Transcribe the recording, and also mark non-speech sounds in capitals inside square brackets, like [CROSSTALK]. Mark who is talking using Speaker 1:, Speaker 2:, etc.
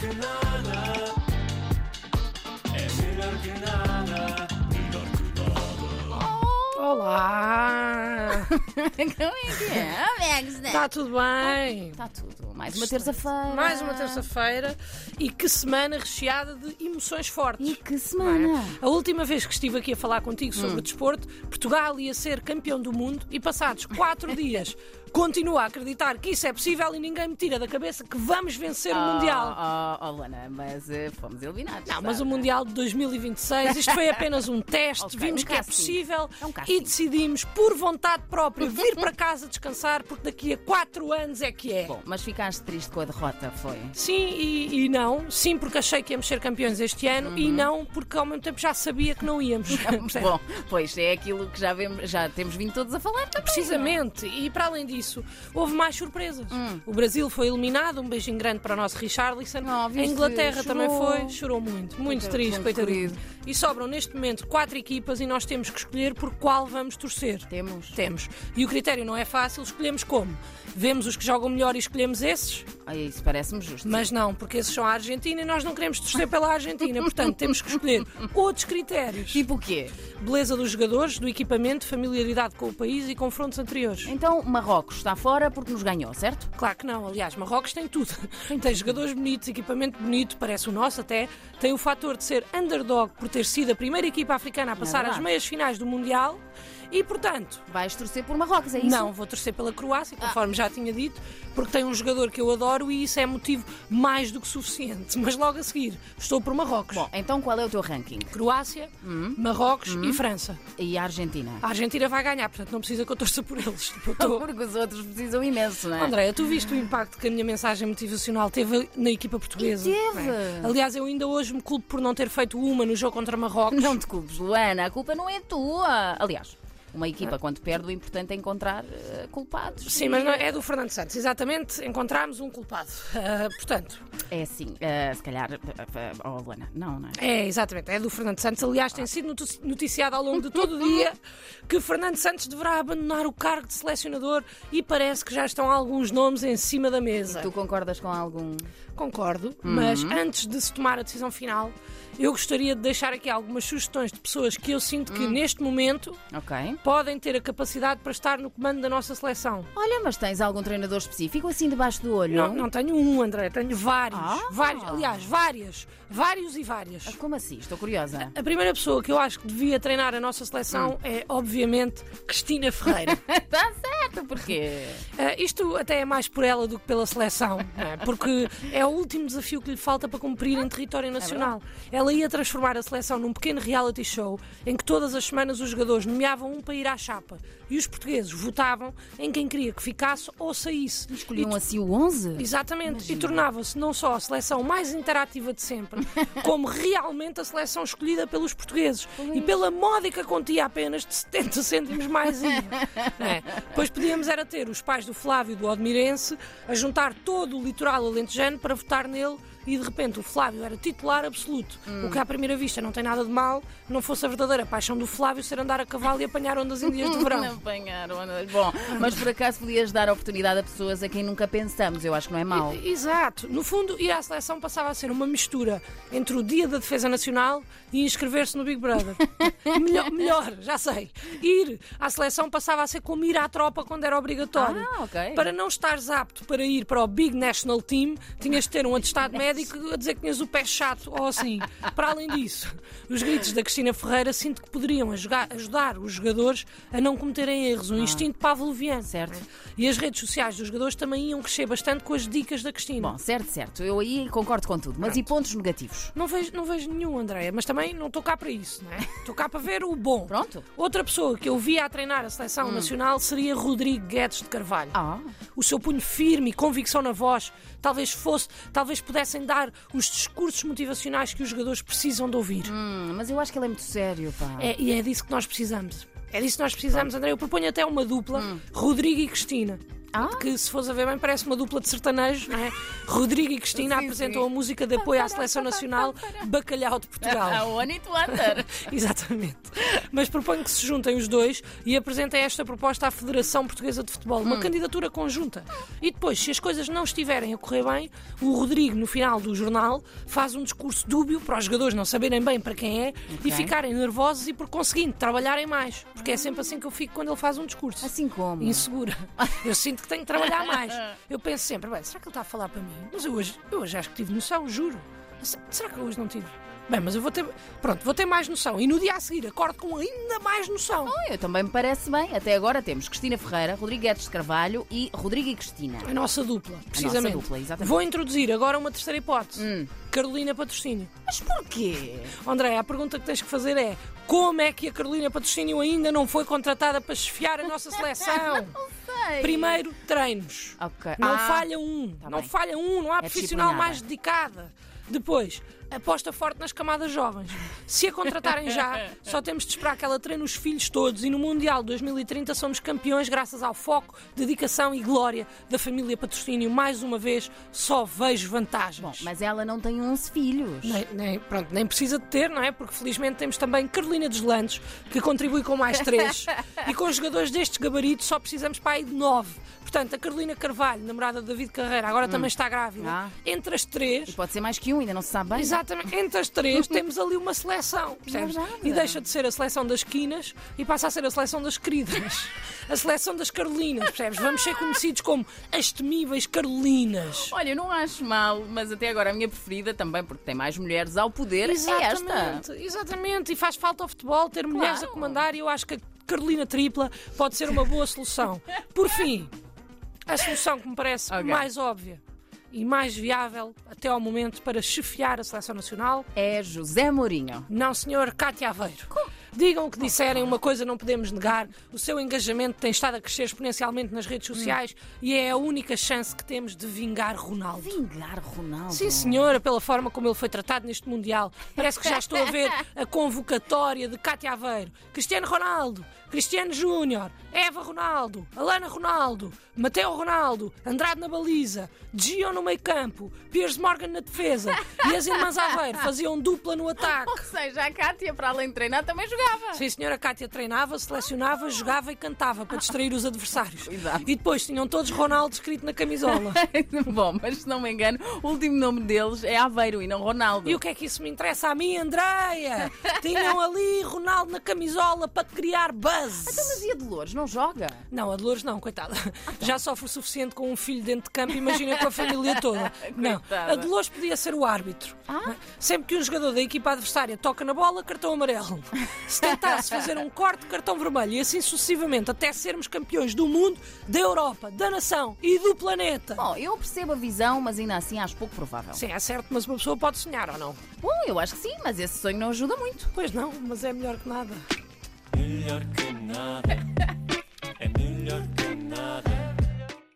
Speaker 1: que nada. É melhor que nada.
Speaker 2: Olá!
Speaker 3: Como é que é? Ah, Megs, né?
Speaker 2: Está Tá tudo bem?
Speaker 3: Tá tudo. Mais uma terça-feira.
Speaker 2: Mais uma terça-feira e que semana recheada de emoções fortes.
Speaker 3: E que semana!
Speaker 2: A última vez que estive aqui a falar contigo sobre desporto, Portugal ia ser campeão do mundo e
Speaker 3: [LAUGHS]
Speaker 2: passados quatro dias continuo a acreditar que isso é possível e ninguém me tira da cabeça que vamos vencer o Mundial.
Speaker 3: Oh, oh, oh, Luana, mas eh, fomos eliminados.
Speaker 2: Não, mas o Mundial de 2026, isto foi
Speaker 3: [LAUGHS]
Speaker 2: apenas um teste,
Speaker 3: Ok,
Speaker 2: vimos
Speaker 3: um
Speaker 2: que é
Speaker 3: casting.
Speaker 2: possível
Speaker 3: É um casting.
Speaker 2: e decidimos, por vontade própria, vir
Speaker 3: [LAUGHS]
Speaker 2: para casa descansar, porque daqui a quatro anos é que é.
Speaker 3: Bom, mas ficaste triste com a derrota, foi?
Speaker 2: Sim e, e não. Sim, porque achei que íamos ser campeões este ano e
Speaker 3: Uhum.
Speaker 2: não porque ao mesmo tempo já sabia que não
Speaker 3: [LAUGHS]
Speaker 2: íamos. Percebe?
Speaker 3: É um Bom, pois é aquilo que já, vemos, já temos vindo todos a falar também.
Speaker 2: Precisamente, e para além disso, houve mais surpresas.
Speaker 3: Hum.
Speaker 2: O Brasil foi eliminado, um beijinho grande para o nosso Richarlison.
Speaker 3: Oh,
Speaker 2: a
Speaker 3: viste,
Speaker 2: Inglaterra também
Speaker 3: chorou.
Speaker 2: foi, chorou muito, muito
Speaker 3: Coitado,
Speaker 2: triste,
Speaker 3: muito
Speaker 2: coitadinho.
Speaker 3: querido.
Speaker 2: E sobram neste momento quatro equipas e nós temos que escolher por qual vamos torcer.
Speaker 3: é? Temos.
Speaker 2: Temos. E o critério não é fácil, escolhemos como? Vemos os que jogam melhor e escolhemos esses?
Speaker 3: Ai, isso parece-me justo.
Speaker 2: Mas não, porque esses são a Argentina e nós não queremos torcer pela Argentina. Portanto, temos que escolher outros critérios.
Speaker 3: Tipo o quê?
Speaker 2: Beleza dos jogadores, do equipamento, familiaridade com o país e confrontos anteriores.
Speaker 3: Então, Marrocos está fora porque nos ganhou, certo?
Speaker 2: Claro que não, aliás, Marrocos tem tudo. Tem jogadores bonitos, equipamento bonito, parece o nosso até. Tem o fator de ser underdog por ter sido a primeira equipa africana a passar às
Speaker 3: É verdade.
Speaker 2: meias finais do Mundial. E, portanto,
Speaker 3: Vais torcer por Marrocos, é isso?
Speaker 2: Não, vou torcer pela Croácia, conforme já tinha dito, porque tem um jogador que eu adoro e isso é motivo mais do que suficiente. Mas logo a seguir, estou por Marrocos.
Speaker 3: Bom, Hum. então qual é o teu ranking?
Speaker 2: Croácia, Marrocos e França.
Speaker 3: E a Argentina?
Speaker 2: A Argentina vai ganhar, portanto não precisa que eu torça por eles.
Speaker 3: [LAUGHS]
Speaker 2: Tipo, eu tô-
Speaker 3: Porque os outros precisam imenso, não é?
Speaker 2: Andréia, tu viste o impacto que a minha mensagem motivacional teve na equipa portuguesa?
Speaker 3: E teve.
Speaker 2: Não é? Aliás, eu ainda hoje me culpo por não ter feito uma no jogo contra Marrocos.
Speaker 3: Não te culpes, Luana, a culpa não é tua. Aliás, uma equipa quando perde, o importante é encontrar eh, culpados.
Speaker 2: Sim, mas não, é do Fernando Santos, exatamente. Encontramos um culpado. Ah, portanto,
Speaker 3: É assim, eh, se calhar. eh, eh, Oh, Luana, não, não é?
Speaker 2: É, exatamente, é do Fernando Santos. Aliás, tem sido notu- noticiado ao longo de todo o dia que Fernando Santos deverá abandonar o cargo de selecionador e parece que já estão alguns nomes em cima da mesa.
Speaker 3: Tu concordas com algum.
Speaker 2: Concordo, mas antes de se tomar a decisão final, eu gostaria de deixar aqui algumas sugestões de pessoas que eu sinto que neste momento
Speaker 3: Ok.
Speaker 2: podem ter a capacidade para estar no comando da nossa seleção.
Speaker 3: Olha, mas tens algum treinador específico assim debaixo do olho?
Speaker 2: Não, não tenho um, André, tenho vários.
Speaker 3: Ah.
Speaker 2: Vários, aliás, várias, vários e várias.
Speaker 3: Como assim? Estou [LAUGHS] curiosa.
Speaker 2: A primeira pessoa que eu acho que devia treinar a nossa seleção é, obviamente, Cristina Ferreira.
Speaker 3: Está Tá certo, porquê?
Speaker 2: Ah, isto até é mais por ela do que pela seleção, [LAUGHS] não é? porque é o último desafio que lhe falta para cumprir em território nacional. ela ia transformar a seleção num pequeno reality show em que todas as semanas os jogadores nomeavam um para ir à chapa e os portugueses votavam em quem queria que ficasse ou saísse. E
Speaker 3: Escolhiam assim o 11?
Speaker 2: Exatamente, e tornava-se não só a seleção mais interativa de sempre, como realmente a seleção escolhida pelos portugueses e pela módica quantia apenas de 70 [LAUGHS] cêntimos mais IVA. Não é? Pois podíamos era ter os pais do Flávio e do Odmirense a juntar todo o litoral alentejano para votar nele e de repente o Flávio era titular absoluto, o que à primeira vista não tem nada de mal, não fosse a verdadeira paixão do Flávio ser andar a cavalo e apanhar ondas indias de
Speaker 3: [LAUGHS]
Speaker 2: verão.
Speaker 3: Apanharam. olha. Bom, mas por acaso podias dar oportunidade a pessoas a quem nunca pensamos, eu acho que não é mau.
Speaker 2: Exato. No fundo, ir à seleção passava a ser uma mistura entre o Dia da Defesa Nacional e inscrever-se no Big
Speaker 3: [LAUGHS]
Speaker 2: Brother. melhor, melhor, já sei. Ir à seleção passava a ser como ir à tropa quando era obrigatório.
Speaker 3: Ah, ok.
Speaker 2: Para não estares apto para ir para o Big National Team, tinhas de ter um atestado médico a dizer que tinhas o pé chato ou assim. Para além disso, os gritos da Cristina Ferreira sinto que poderiam ajudar, ajudar os jogadores a não cometerem erros, um instinto pavloviano.
Speaker 3: Ah. Certo.
Speaker 2: E as redes sociais dos jogadores também iam crescer bastante com as dicas da Cristina.
Speaker 3: Bom, certo, certo. Eu aí concordo com tudo. Mas e pontos negativos?
Speaker 2: Não vejo, não vejo nenhum, Andréia, mas também não estou cá para isso,
Speaker 3: [LAUGHS]
Speaker 2: não é? Estou cá para ver o bom.
Speaker 3: Pronto. Hum.
Speaker 2: Outra pessoa que eu via a treinar a seleção nacional seria Rodrigo Guedes de Carvalho.
Speaker 3: Ah.
Speaker 2: O seu punho firme e convicção na voz talvez fosse, talvez pudessem dar os discursos motivacionais que os jogadores precisam de ouvir.
Speaker 3: Hum, mas eu acho que ele é muito sério, pá.
Speaker 2: É- e é disso que nós precisamos. É disso que nós precisamos, André. Eu proponho até uma dupla, Rodrigo e Cristina.
Speaker 3: Hum. Ah,
Speaker 2: que se fores a ver bem parece uma dupla de sertanejos, não é?
Speaker 3: [LAUGHS]
Speaker 2: Rodrigo e Cristina
Speaker 3: Sim,
Speaker 2: apresentam
Speaker 3: sim.
Speaker 2: a música de apoio
Speaker 3: [LAUGHS]
Speaker 2: à Seleção Nacional Bacalhau de
Speaker 3: É, a [LAUGHS]
Speaker 2: Portugal.
Speaker 3: One It Wonder.
Speaker 2: [LAUGHS] Exatamente. Mas proponho que se juntem os dois e apresentem esta proposta à Federação Portuguesa de Futebol,
Speaker 3: Hum.
Speaker 2: uma candidatura conjunta. E depois, se as coisas não estiverem a correr bem, o Rodrigo, no final do jornal, faz um discurso dúbio para os jogadores não saberem bem para quem é
Speaker 3: Ok.
Speaker 2: e ficarem nervosos e, por conseguinte, trabalharem mais. Porque é sempre assim que eu fico quando ele faz um discurso
Speaker 3: [LAUGHS] Assim como?
Speaker 2: insegura. [LAUGHS] Eu sinto que tenho que trabalhar mais. Eu penso sempre, bem, será que ele está a falar para mim? Mas eu hoje, eu hoje acho que tive noção, juro. Se- Será que eu hoje não tive? Bem, mas eu vou ter. Pronto, vou ter mais noção. E no dia a seguir acordo com ainda mais noção.
Speaker 3: Ah, Eu também me parece bem. Até agora temos Cristina Ferreira, Rodrigo Guedes de Carvalho e Rodrigo e Cristina.
Speaker 2: A nossa dupla, precisamente.
Speaker 3: dupla, exatamente.
Speaker 2: Vou introduzir agora uma terceira hipótese. Carolina Patrocínio.
Speaker 3: Mas porquê?
Speaker 2: André, a pergunta que tens que fazer é: como é que a Carolina Patrocínio ainda não foi contratada para chefiar a nossa
Speaker 3: [LAUGHS]
Speaker 2: seleção?
Speaker 3: Não sei.
Speaker 2: Primeiro, treinos.
Speaker 3: Ok.
Speaker 2: Não
Speaker 3: Ah,
Speaker 2: falha um.
Speaker 3: tá
Speaker 2: não
Speaker 3: bem.
Speaker 2: falha um. Não há
Speaker 3: É
Speaker 2: profissional mais
Speaker 3: disciplinada.
Speaker 2: dedicada. Depois, aposta forte nas camadas jovens. Se a contratarem já, só temos de esperar que ela treine os filhos todos e no Mundial 2030 somos campeões graças ao foco, dedicação e glória da família Patrocínio. Mais uma vez, só vejo vantagens.
Speaker 3: Bom, mas ela não tem 11 filhos.
Speaker 2: Nem, nem- pronto, nem precisa de ter, não é? Porque felizmente temos também Carolina Deslandes, que contribui com mais
Speaker 3: [LAUGHS]
Speaker 2: três. e com jogadores destes gabaritos só precisamos para aí de nove. Portanto, a Carolina Carvalho, namorada de David Carreira, agora também está grávida.
Speaker 3: Hum. Ah.
Speaker 2: Entre as três,
Speaker 3: E pode ser mais que um, ainda não se sabe bem.
Speaker 2: Exatamente, entre as três temos ali
Speaker 3: [LAUGHS]
Speaker 2: uma seleção, percebes?
Speaker 3: Verdade.
Speaker 2: E deixa de ser a seleção das quinas e passa a ser a seleção
Speaker 3: [LAUGHS]
Speaker 2: das queridas, a seleção das Carolinas, percebes? Vamos ser conhecidos como as temíveis Carolinas.
Speaker 3: Olha, eu não acho mal, mas até agora a minha preferida também, porque tem mais mulheres ao poder, é esta.
Speaker 2: Exatamente, exatamente. E faz falta ao futebol ter mulheres a
Speaker 3: Claro.
Speaker 2: comandar e eu acho que a Carolina Tripla pode ser uma boa solução. Por fim, a solução que me parece
Speaker 3: Ok.
Speaker 2: mais óbvia e mais viável até ao momento para chefiar a seleção nacional,
Speaker 3: É José Mourinho.
Speaker 2: não senhor Cátia Aveiro. Digam o que disserem, uma coisa não podemos negar: o seu engajamento tem estado a crescer exponencialmente nas redes sociais e é a única chance que temos de vingar Ronaldo.
Speaker 3: Vingar Ronaldo.
Speaker 2: Sim, senhora, pela forma como ele foi tratado neste Mundial. Parece que já estou a ver a convocatória de Cátia Aveiro, Cristiano Ronaldo, Cristiano Júnior, Eva Ronaldo, Alana Ronaldo, Mateo Ronaldo, Andrade na baliza, Gio no meio-campo, Piers Morgan na defesa e as irmãs Aveiro faziam dupla no
Speaker 3: [LAUGHS]
Speaker 2: ataque.
Speaker 3: Ou seja, a Cátia, para além de treinar, também jogava.
Speaker 2: Sim, a senhora Cátia treinava, selecionava, jogava e cantava para distrair os adversários.
Speaker 3: Exato.
Speaker 2: E depois tinham todos Ronaldo escrito na camisola.
Speaker 3: [LAUGHS] Bom, mas se não me engano, o último nome deles é Aveiro e não Ronaldo.
Speaker 2: E o que é que isso me interessa a mim,
Speaker 3: [LAUGHS]
Speaker 2: Andreia? Tinham ali Ronaldo na camisola para criar buzz.
Speaker 3: Então, mas Ah, tá. e a Dolores? Não joga?
Speaker 2: Não, a Dolores não, coitada. Já sofre o suficiente com um filho dentro de campo, imagina com a família
Speaker 3: [LAUGHS]
Speaker 2: toda. Não,
Speaker 3: Coitada. Ah?
Speaker 2: a Dolores podia ser o árbitro. Sempre que um jogador da equipa adversária toca na bola, cartão amarelo. Se tentasse fazer um corte, cartão vermelho. E assim sucessivamente, até sermos campeões do mundo, da Europa, da nação e do planeta.
Speaker 3: Bom, eu percebo a visão, mas ainda assim acho pouco provável.
Speaker 2: Sim, é certo, mas uma pessoa pode sonhar ou não?
Speaker 3: Bom, eu acho que sim, mas esse sonho não ajuda muito.
Speaker 2: Pois não, mas é melhor que nada. É
Speaker 1: melhor que nada.